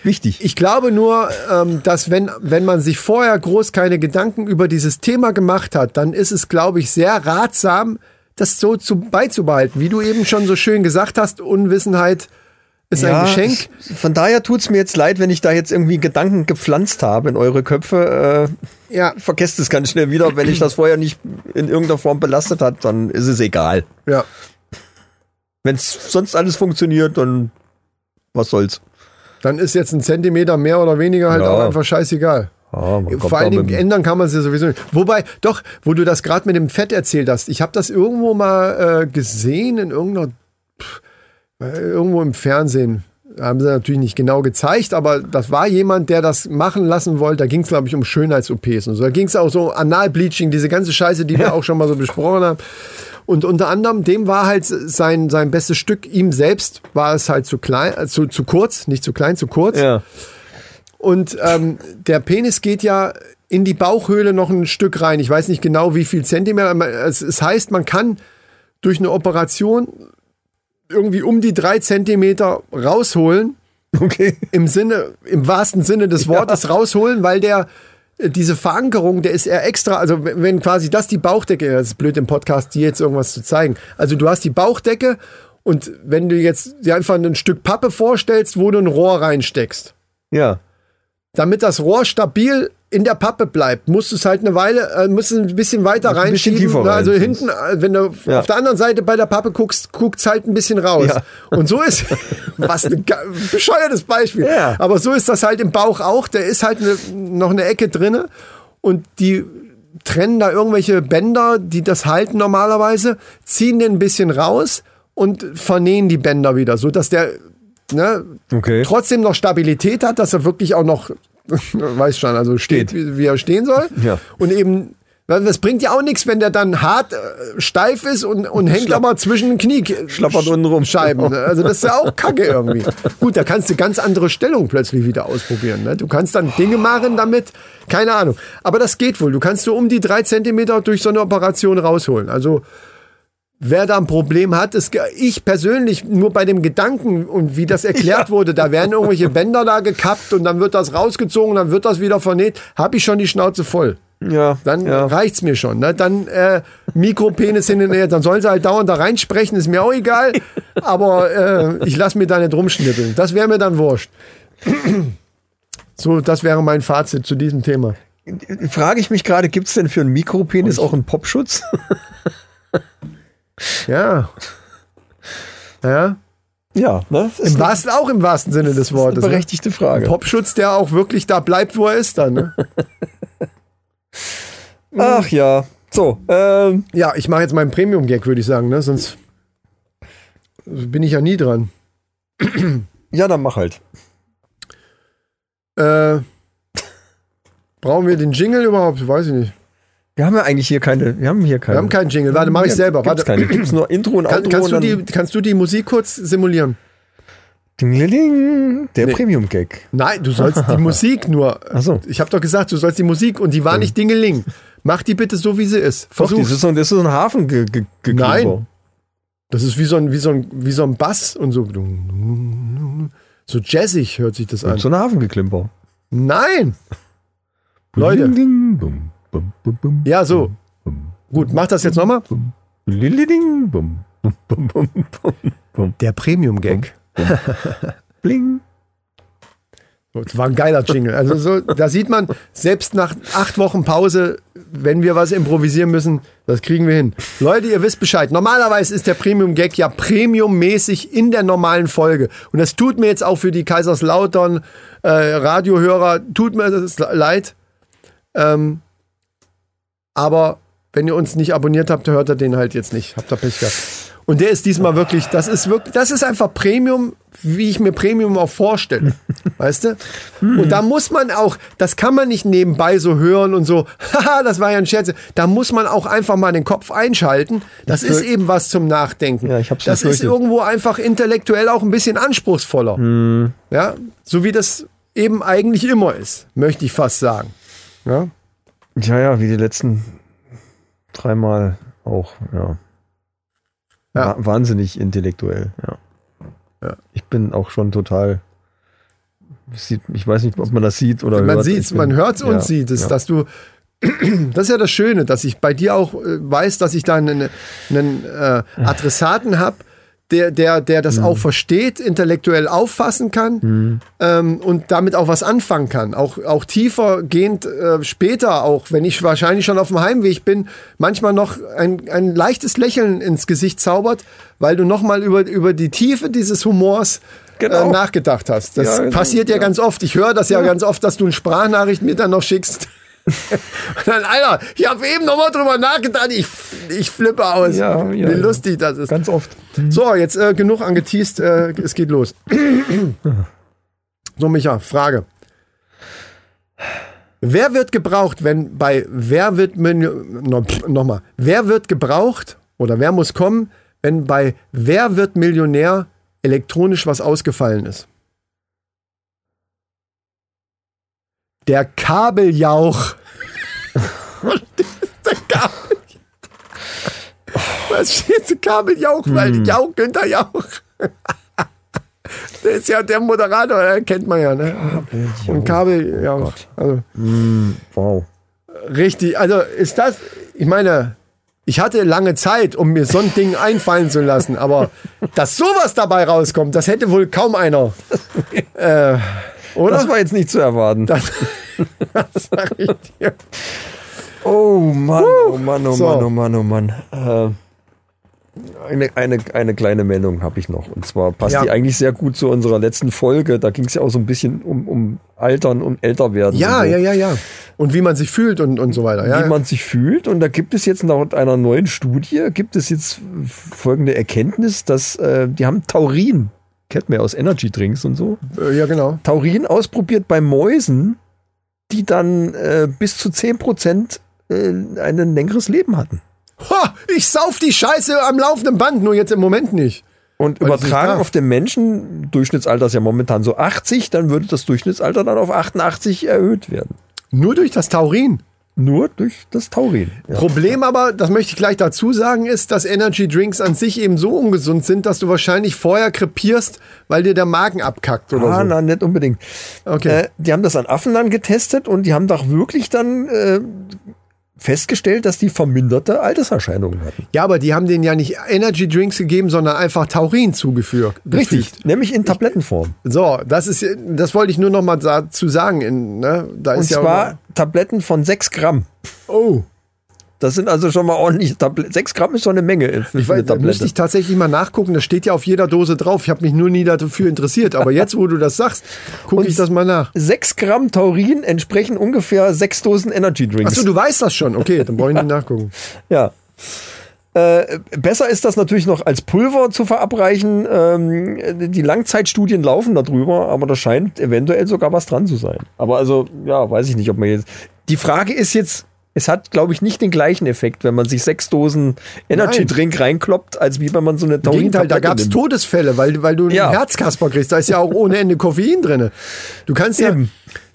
Speaker 3: wichtig.
Speaker 4: Ich glaube nur, ähm, dass wenn, wenn man sich vorher groß keine Gedanken über dieses Thema gemacht hat, dann ist es, glaube ich, sehr ratsam, das so zu, beizubehalten. Wie du eben schon so schön gesagt hast, Unwissenheit ist ein Geschenk.
Speaker 3: es- Von daher tut's mir jetzt leid, wenn ich da jetzt irgendwie Gedanken gepflanzt habe in eure Köpfe.
Speaker 4: Ja,
Speaker 3: Äh, vergesst es ganz schnell wieder. Wenn ich das vorher nicht in irgendeiner Form belastet hat, dann ist es egal.
Speaker 4: ja.
Speaker 3: Wenn's sonst alles funktioniert, dann was soll's.
Speaker 4: Dann ist jetzt ein Zentimeter mehr oder weniger halt
Speaker 3: Ja.
Speaker 4: auch einfach scheißegal.
Speaker 3: Ja, Ah, man kommt
Speaker 4: Vor allen
Speaker 3: da
Speaker 4: Dingen
Speaker 3: mit-
Speaker 4: ändern kann man es ja sowieso nicht. Wobei, doch, wo du das gerade mit dem Fett erzählt hast, ich habe das irgendwo mal äh, gesehen in irgendeiner, pff, äh, irgendwo im Fernsehen. Haben sie natürlich nicht genau gezeigt, aber das war jemand, der das machen lassen wollte. Da ging es, glaube ich, um Schönheits-OPs und so. Da ging es auch so um Analbleaching, diese ganze Scheiße, die wir auch schon mal so besprochen haben. Und unter anderem, dem war halt sein, sein bestes Stück, ihm selbst war es halt zu klein, äh, zu, zu kurz, nicht zu klein, zu kurz.
Speaker 3: Ja.
Speaker 4: Und ähm, der Penis geht ja in die Bauchhöhle noch ein Stück rein. Ich weiß nicht genau, wie viel Zentimeter. aber Es, es heißt, man kann durch eine Operation irgendwie um die drei Zentimeter rausholen,
Speaker 3: Okay.
Speaker 4: im Sinne, im wahrsten Sinne des Wortes rausholen, weil der äh, diese Verankerung, der ist eher extra, also wenn wenn quasi das die Bauchdecke, das ist blöd im Podcast, dir jetzt irgendwas zu zeigen. Also du hast die Bauchdecke und wenn du jetzt dir einfach ein Stück Pappe vorstellst, wo du ein Rohr reinsteckst,
Speaker 3: Ja.
Speaker 4: damit das Rohr stabil in der Pappe bleibt, musst du es halt eine Weile, äh, musst du ein bisschen weiter
Speaker 3: ein bisschen
Speaker 4: reinschieben.
Speaker 3: tiefer
Speaker 4: ne?
Speaker 3: rein.
Speaker 4: also hinten, äh, wenn du
Speaker 3: Ja.
Speaker 4: auf der anderen Seite bei der Pappe guckst, guckt's halt ein bisschen raus.
Speaker 3: Ja.
Speaker 4: Und so ist, was ein ga- bescheuertes Beispiel.
Speaker 3: Ja.
Speaker 4: Aber so ist das halt im Bauch auch. Da ist halt ne, noch eine Ecke drinne und die trennen da irgendwelche Bänder, die das halten normalerweise, ziehen den ein bisschen raus und vernähen die Bänder wieder, so dass der ne,
Speaker 3: Okay.
Speaker 4: trotzdem noch Stabilität hat, dass er wirklich auch noch, weiß schon, also steht,
Speaker 3: Steht.
Speaker 4: Wie, wie er stehen soll.
Speaker 3: Ja.
Speaker 4: Und eben, weil das bringt ja auch nichts, wenn der dann hart äh, steif ist und, und hängt
Speaker 3: Schlapp-
Speaker 4: aber zwischen den Knie.
Speaker 3: Schlappert unten rum.
Speaker 4: Scheiben.
Speaker 3: Genau.
Speaker 4: Also das ist ja auch kacke irgendwie. Gut, da kannst du ganz andere Stellung plötzlich wieder ausprobieren. Ne? Du kannst dann Dinge machen damit, keine Ahnung. Aber das geht wohl. Du kannst so um die drei Zentimeter durch so eine Operation rausholen. Also wer da ein Problem hat, ist, ge- ich persönlich nur bei dem Gedanken und wie das erklärt wurde, da werden irgendwelche Bänder da gekappt und dann wird das rausgezogen, dann wird das wieder vernäht, habe ich schon die Schnauze voll.
Speaker 3: Ja.
Speaker 4: Dann
Speaker 3: ja.
Speaker 4: reicht's mir schon. Ne? Dann äh, Mikropenis hin und her. Dann sollen sie halt dauernd da reinsprechen, ist mir auch egal. Aber äh, ich lasse mir da nicht rumschnippeln. Das wäre mir dann wurscht. So, das wäre mein Fazit zu diesem Thema. äh,
Speaker 3: Frage ich mich gerade, gibt es denn für einen Mikropenis auch einen Popschutz?
Speaker 4: Ja. Ja.
Speaker 3: ja, ne? Das
Speaker 4: Im
Speaker 3: ist
Speaker 4: wahrsten, auch im wahrsten Sinne des
Speaker 3: eine
Speaker 4: Wortes. ne?
Speaker 3: berechtigte Frage.
Speaker 4: Popschutz, der auch wirklich da bleibt, wo er ist dann. Ne?
Speaker 3: Ach ja. So, ähm,
Speaker 4: Ja, ich mache jetzt meinen Premium-Gag, würde ich sagen, ne? sonst bin ich ja nie dran.
Speaker 3: ja, dann mach halt.
Speaker 4: Äh, brauchen wir den Jingle überhaupt? Weiß ich nicht.
Speaker 3: Wir haben ja eigentlich hier keine, wir haben hier keine.
Speaker 4: Wir haben keinen Jingle. Warte, mache ich
Speaker 3: Ja,
Speaker 4: selber.
Speaker 3: Gibt's
Speaker 4: Warte.
Speaker 3: keine. Gibt's nur Intro und
Speaker 4: Kann,
Speaker 3: Outro
Speaker 4: kannst, du
Speaker 3: und
Speaker 4: die, kannst du die Musik kurz simulieren?
Speaker 3: Dingliding. Der
Speaker 4: Nee.
Speaker 3: Premium-Gag.
Speaker 4: Nein, du sollst die Musik nur.
Speaker 3: Ach so.
Speaker 4: Ich habe doch gesagt, du sollst die Musik und die war nicht Dingeling. Mach die bitte so, wie sie ist.
Speaker 3: Doch,
Speaker 4: Versuch.
Speaker 3: das ist so ein, das ist so ein Hafen ge, ge,
Speaker 4: Nein. Das ist wie so ein, wie so ein, wie so ein Bass und so. So jazzig hört sich das an.
Speaker 3: So ein Hafengeklimper.
Speaker 4: Nein! Leute.
Speaker 3: Ding, ding, bum, bum, bum, bum,
Speaker 4: Ja, so. Gut, mach das jetzt nochmal.
Speaker 3: bum. Liliding, bum, bum, bum, bum, bum, bum,
Speaker 4: Der Premium-Gag.
Speaker 3: bling.
Speaker 4: Das war ein geiler Jingle. Also so, da sieht man, selbst nach acht Wochen Pause, wenn wir was improvisieren müssen, das kriegen wir hin. Leute, ihr wisst Bescheid. Normalerweise ist der Premium-Gag ja premiummäßig in der normalen Folge. Und das tut mir jetzt auch für die Kaiserslautern äh, Radiohörer, tut mir das leid. Ähm, aber wenn ihr uns nicht abonniert habt, hört ihr den halt jetzt nicht. Habt ihr Pech gehabt. Und der ist diesmal wirklich, das ist wirklich, das ist einfach Premium, wie ich mir Premium auch vorstelle. weißt du?
Speaker 3: Hm.
Speaker 4: Und da muss man auch, das kann man nicht nebenbei so hören und so, haha, das war ja ein Scherz. Da muss man auch einfach mal den Kopf einschalten. Das ist eben was zum Nachdenken.
Speaker 3: Ja, ich hab's
Speaker 4: das ist
Speaker 3: befürchtet.
Speaker 4: irgendwo einfach intellektuell auch ein bisschen anspruchsvoller.
Speaker 3: Hm.
Speaker 4: Ja, so wie das eben eigentlich immer ist, möchte ich fast sagen. Ja.
Speaker 3: Ja, ja, wie die letzten dreimal auch, ja.
Speaker 4: Ja.
Speaker 3: Wa- Wahnsinnig intellektuell, ja.
Speaker 4: Ja.
Speaker 3: Ich bin auch schon total. Sieht, ich weiß nicht, ob man das sieht oder
Speaker 4: Man
Speaker 3: hört.
Speaker 4: sieht's,
Speaker 3: Ich bin-
Speaker 4: man hört's und
Speaker 3: ja,
Speaker 4: sieht es,
Speaker 3: ja.
Speaker 4: dass du. Das ist ja das Schöne, dass ich bei dir auch äh, weiß, dass ich da einen, einen äh, Adressaten habe, der, der, der das
Speaker 3: Mhm.
Speaker 4: auch versteht, intellektuell auffassen kann ähm, und damit auch was anfangen kann. Auch, auch tiefer gehend äh, später, auch wenn ich wahrscheinlich schon auf dem Heimweg bin, manchmal noch ein, ein leichtes Lächeln ins Gesicht zaubert, weil du nochmal über, über die Tiefe dieses Humors
Speaker 3: Genau.
Speaker 4: äh, nachgedacht hast. Das
Speaker 3: Ja, genau,
Speaker 4: passiert ja,
Speaker 3: ja.
Speaker 4: ganz oft. Ich höre das ja, ganz oft, dass du eine Sprachnachricht mir dann noch schickst. Und dann, Alter, ich habe eben nochmal drüber nachgedacht. Ich, ich flippe aus.
Speaker 3: Ja, ja,
Speaker 4: Wie
Speaker 3: ja.
Speaker 4: lustig das ist.
Speaker 3: Ganz oft.
Speaker 4: So, jetzt äh, genug angeteased, äh, es geht los. so, Micha, Frage. Wer wird gebraucht, wenn bei Wer wird Millionär, no, pff, nochmal, wer wird gebraucht oder wer muss kommen, wenn bei Wer wird Millionär elektronisch was ausgefallen ist? Der Kabeljauch. Der Kabeljauch. Was steht zu Kabeljauch? Weil Jauch, Günther Jauch. der ist ja der Moderator, äh, kennt man ja, ne? Und Kabeljauch. also,
Speaker 3: Wow.
Speaker 4: richtig, also ist das, ich meine, ich hatte lange Zeit, um mir so ein Ding einfallen zu lassen, aber dass sowas dabei rauskommt, das hätte wohl kaum einer. äh,
Speaker 3: Das
Speaker 4: oder?
Speaker 3: war jetzt nicht zu erwarten.
Speaker 4: Das sag ich dir.
Speaker 3: Oh Mann, oh Mann, oh
Speaker 4: So.
Speaker 3: Mann, oh Mann, oh Mann. Äh, eine, eine, eine kleine Meldung habe ich noch. Und zwar passt
Speaker 4: Ja.
Speaker 3: die eigentlich sehr gut zu unserer letzten Folge. Da ging es ja auch so ein bisschen um, um Altern und Älterwerden.
Speaker 4: Ja,
Speaker 3: und so.
Speaker 4: ja, ja, ja. Und wie man sich fühlt und, und so weiter. Ja,
Speaker 3: wie man sich fühlt. Und da gibt es jetzt laut einer neuen Studie, gibt es jetzt folgende Erkenntnis, dass äh, die haben Taurin, kennt man ja aus Energy Drinks und so,
Speaker 4: Äh, ja genau.
Speaker 3: Taurin ausprobiert bei Mäusen, die dann äh, bis zu 10% äh, ein längeres Leben hatten.
Speaker 4: Ha, ich sauf die Scheiße am laufenden Band, nur jetzt im Moment nicht.
Speaker 3: Und
Speaker 4: Weil das nicht
Speaker 3: übertragen
Speaker 4: darf.
Speaker 3: auf den Menschen, Durchschnittsalter ist ja momentan so 80, dann würde das Durchschnittsalter dann auf 88 erhöht werden.
Speaker 4: Nur durch das Taurin.
Speaker 3: Nur durch das Taurin. Ja.
Speaker 4: Problem aber, das möchte ich gleich dazu sagen, ist, dass Energy Drinks an sich eben so ungesund sind, dass du wahrscheinlich vorher krepierst, weil dir der Magen abkackt oder
Speaker 3: Ah,
Speaker 4: so.
Speaker 3: na, nicht unbedingt.
Speaker 4: Okay.
Speaker 3: Äh, die haben das an Affen dann getestet und die haben doch wirklich dann äh, festgestellt, dass die verminderte Alterserscheinungen hatten.
Speaker 4: Ja, aber die haben denen ja nicht Energy Drinks gegeben, sondern einfach Taurin zugeführt. gefügt.
Speaker 3: Nämlich in Tablettenform.
Speaker 4: So, das ist, das wollte ich nur noch mal dazu sagen. In, ne? Da
Speaker 3: Und
Speaker 4: ist ja
Speaker 3: zwar Tabletten von 6 Gramm.
Speaker 4: oh,
Speaker 3: Das sind also schon mal ordentlich Tabletten. 6 Gramm ist schon eine Menge äh, für
Speaker 4: Ich weiß, da müsste ich tatsächlich mal nachgucken. Das steht ja auf jeder Dose drauf. Ich habe mich nur nie dafür interessiert. Aber jetzt, wo du das sagst, gucke
Speaker 3: Und-
Speaker 4: ich das mal nach.
Speaker 3: 6 Gramm Taurin entsprechen ungefähr 6 Dosen Energy Drinks.
Speaker 4: Achso, du weißt das schon. Okay, dann brauche ich nicht nachgucken.
Speaker 3: Ja. Äh, besser ist das natürlich noch als Pulver zu verabreichen. Ähm, die Langzeitstudien laufen darüber, aber da scheint eventuell sogar was dran zu sein. Aber also, ja, weiß ich nicht, ob man jetzt. Die Frage ist jetzt, es hat, glaube ich, nicht den gleichen Effekt, wenn man sich sechs Dosen Energy
Speaker 4: Nein.
Speaker 3: Drink reinkloppt, als wie wenn man so eine
Speaker 4: Im
Speaker 3: Taurin
Speaker 4: Gegenteil, da gab es Todesfälle, weil, weil du einen
Speaker 3: Ja.
Speaker 4: Herzkasper kriegst. Da ist ja auch ohne Ende Koffein drin. Du kannst ja.
Speaker 3: Eben.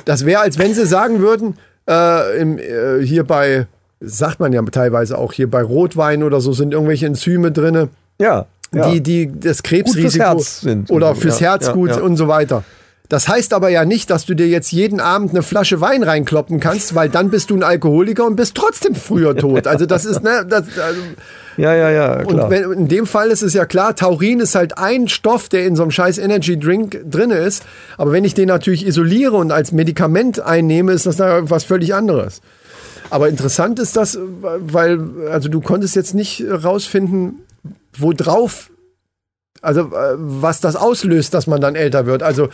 Speaker 4: Das wäre, als wenn sie sagen würden, äh, im, äh, hier bei, sagt man ja teilweise auch, hier bei Rotwein oder so sind irgendwelche Enzyme drin,
Speaker 3: Ja. ja.
Speaker 4: die, die das Krebsrisiko
Speaker 3: Herz sind.
Speaker 4: oder fürs
Speaker 3: Ja,
Speaker 4: Herz
Speaker 3: ja,
Speaker 4: gut
Speaker 3: ja.
Speaker 4: und so weiter. Das heißt aber ja nicht, dass du dir jetzt jeden Abend eine Flasche Wein reinkloppen kannst, weil dann bist du ein Alkoholiker und bist trotzdem früher tot. Also das ist, ne, das, also,
Speaker 3: ja, ja, ja, klar.
Speaker 4: und wenn, in dem Fall ist es ja klar, Taurin ist halt ein Stoff, der in so einem scheiß Energy Drink drin ist. Aber wenn ich den natürlich isoliere und als Medikament einnehme, ist das na was völlig anderes. Aber interessant ist das, weil, also du konntest jetzt nicht rausfinden, wo drauf, also äh, was das auslöst, dass man dann älter wird. Also,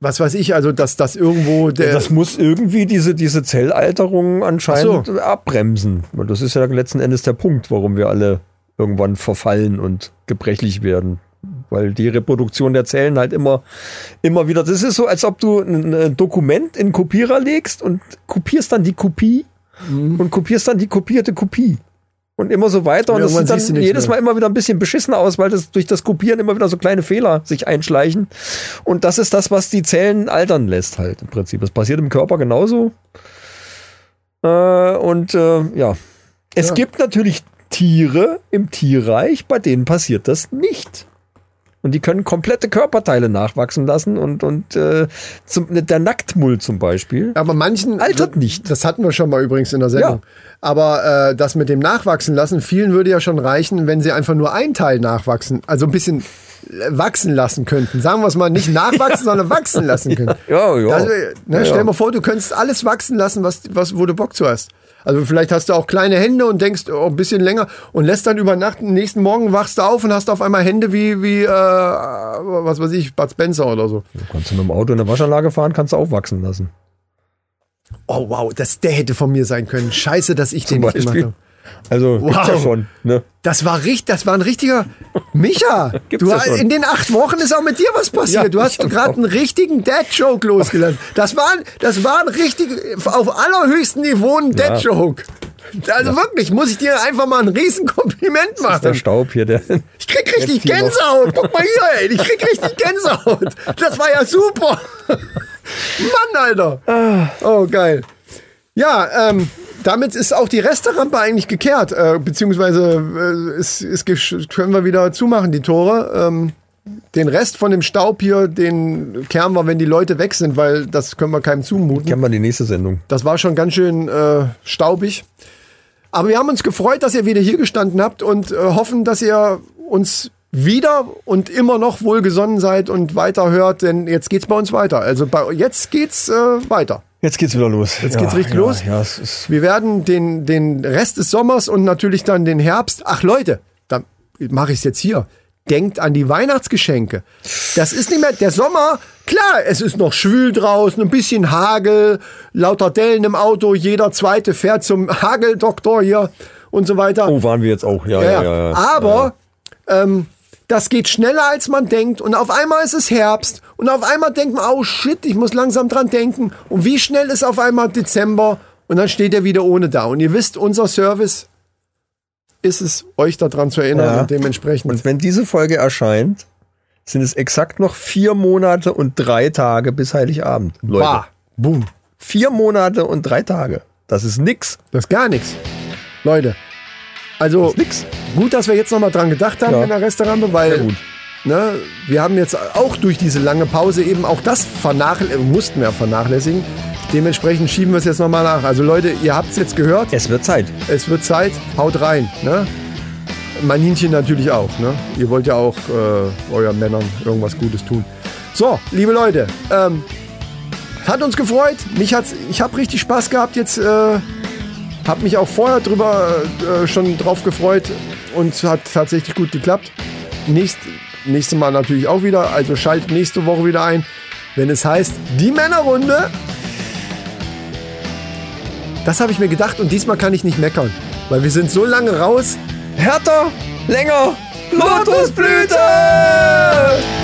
Speaker 4: was weiß ich, also dass das irgendwo der.
Speaker 3: das muss irgendwie diese, diese Zellalterung anscheinend
Speaker 4: Ach
Speaker 3: abbremsen. Weil Das ist ja letzten Endes der Punkt, warum wir alle irgendwann verfallen und gebrechlich werden. Weil die Reproduktion der Zellen halt immer, immer wieder. Das ist so, als ob du ein ein Dokument in Kopierer legst und kopierst dann die Kopie und kopierst dann die kopierte Kopie. Und immer so weiter. Und
Speaker 4: Ja,
Speaker 3: das
Speaker 4: irgendwann
Speaker 3: sieht dann
Speaker 4: siehst du nichts
Speaker 3: jedes
Speaker 4: mehr.
Speaker 3: Mal immer wieder ein bisschen beschissen aus, weil das durch das Kopieren immer wieder so kleine Fehler sich einschleichen. Und das ist das, was die Zellen altern lässt, halt im Prinzip. Das passiert im Körper genauso. Äh, und äh, ja. Es gibt natürlich Tiere im Tierreich, bei denen passiert das nicht. Und die können komplette Körperteile nachwachsen lassen und, und äh, zum, der Nacktmull zum Beispiel.
Speaker 4: Aber manchen.
Speaker 3: Altert nicht.
Speaker 4: Das hatten wir schon mal übrigens in der Sendung. Aber äh, das mit dem Nachwachsen lassen, vielen würde ja schon reichen, wenn sie einfach nur einen Teil nachwachsen, also ein bisschen äh, wachsen lassen könnten. Sagen wir es mal, nicht nachwachsen, sondern wachsen lassen könnten.
Speaker 3: Ja, ja.
Speaker 4: Das, wär- ne,
Speaker 3: Ja,
Speaker 4: stell
Speaker 3: ja.
Speaker 4: dir mal vor, du könntest alles wachsen lassen, was, was, wo du Bock zu hast. Also vielleicht hast du auch kleine Hände und denkst oh, ein bisschen länger und lässt dann über Nacht, nächsten Morgen wachst du auf und hast auf einmal Hände wie, wie äh, was weiß ich, Bud Spencer oder so.
Speaker 3: Du kannst mit dem Auto in eine Waschanlage fahren, kannst du aufwachsen lassen.
Speaker 4: Oh wow, das, der hätte von mir sein können. Scheiße, dass ich den nicht gemacht habe.
Speaker 3: Also, gibt's ja
Speaker 4: Wow.
Speaker 3: schon. Ne?
Speaker 4: Das war richtig, das war ein richtiger Micha.
Speaker 3: Gibt's
Speaker 4: du,
Speaker 3: ja
Speaker 4: hast-
Speaker 3: schon.
Speaker 4: in den acht Wochen ist auch mit dir was passiert.
Speaker 3: Ja,
Speaker 4: du hast
Speaker 3: genau.
Speaker 4: gerade einen richtigen Dad-Joke losgelassen. Das war, ein- das war ein richtig, auf allerhöchstem Niveau ein Dad-Joke. Also wirklich, muss ich dir einfach mal ein Riesenkompliment
Speaker 3: Der
Speaker 4: machen.
Speaker 3: Staub hier, der.
Speaker 4: Ich krieg richtig
Speaker 3: hier noch.
Speaker 4: Gänsehaut. Guck mal hier, ey. Ich krieg richtig Gänsehaut. Das war ja super. Mann, Alter. Oh, geil. Ja, ähm, damit ist auch die Resterampe eigentlich gekehrt. Äh, beziehungsweise äh, ist, ist gesch- können wir wieder zumachen, die Tore. Ähm, den Rest von dem Staub hier, den kehren wir, wenn die Leute weg sind, weil das können wir keinem zumuten.
Speaker 3: Kennen wir die nächste Sendung.
Speaker 4: Das war schon ganz schön äh, staubig. Aber wir haben uns gefreut, dass ihr wieder hier gestanden habt und äh, hoffen, dass ihr uns wieder und immer noch wohlgesonnen seid und weiterhört, denn jetzt geht's bei uns weiter. Also bei, jetzt geht's äh, weiter.
Speaker 3: Jetzt geht's wieder los. Jetzt
Speaker 4: geht's richtig
Speaker 3: ja,
Speaker 4: los.
Speaker 3: Ja, es ist
Speaker 4: Wir werden den, den Rest des Sommers und natürlich dann den Herbst. Ach Leute, da mache ich es jetzt hier. Denkt an die Weihnachtsgeschenke. Das ist nicht mehr der Sommer. Klar, es ist noch schwül draußen, ein bisschen Hagel, lauter Dellen im Auto, jeder zweite fährt zum Hageldoktor hier und so weiter.
Speaker 3: Oh, waren wir jetzt auch. Ja, ja, Ah. ja. ja,
Speaker 4: Aber Ähm, das geht schneller, als man denkt. Und auf einmal ist es Herbst. Und auf einmal denkt man, oh shit, ich muss langsam dran denken. Und wie schnell ist auf einmal Dezember? Und dann steht er wieder ohne da. Und ihr wisst, unser Service ist es, euch daran zu erinnern
Speaker 3: Ja.
Speaker 4: und dementsprechend.
Speaker 3: Und wenn diese Folge erscheint, sind es exakt noch vier Monate und drei Tage bis Heiligabend. Leute.
Speaker 4: bah, boom.
Speaker 3: Vier Monate und drei Tage. Das ist nix.
Speaker 4: Das ist gar nichts. Leute. Also,
Speaker 3: Das ist nix.
Speaker 4: gut, dass wir jetzt nochmal dran gedacht haben
Speaker 3: Ja.
Speaker 4: in der Restaurante, weil.
Speaker 3: gut.
Speaker 4: Ne, wir haben jetzt auch durch diese lange Pause eben auch das vernachl- äh, mussten wir vernachlässigen. Dementsprechend schieben wir es jetzt nochmal nach. Also Leute, ihr habt es jetzt gehört.
Speaker 3: Es wird Zeit.
Speaker 4: Es wird Zeit. Haut rein. Ne? Maninchen natürlich auch. Ne? Ihr wollt ja auch äh, euren Männern irgendwas Gutes tun. So, liebe Leute, ähm, hat uns gefreut. Mich hat's, ich habe richtig Spaß gehabt jetzt. Äh, habe mich auch vorher drüber äh, schon drauf gefreut und es hat tatsächlich gut geklappt. Nächst, nächste Mal natürlich auch wieder. Also schaltet nächste Woche wieder ein, wenn es heißt die Männerrunde. Das habe ich mir gedacht und diesmal kann ich nicht meckern, weil wir sind so lange raus.
Speaker 3: Härter, länger, Lotusblüte!
Speaker 4: Lotusblüte!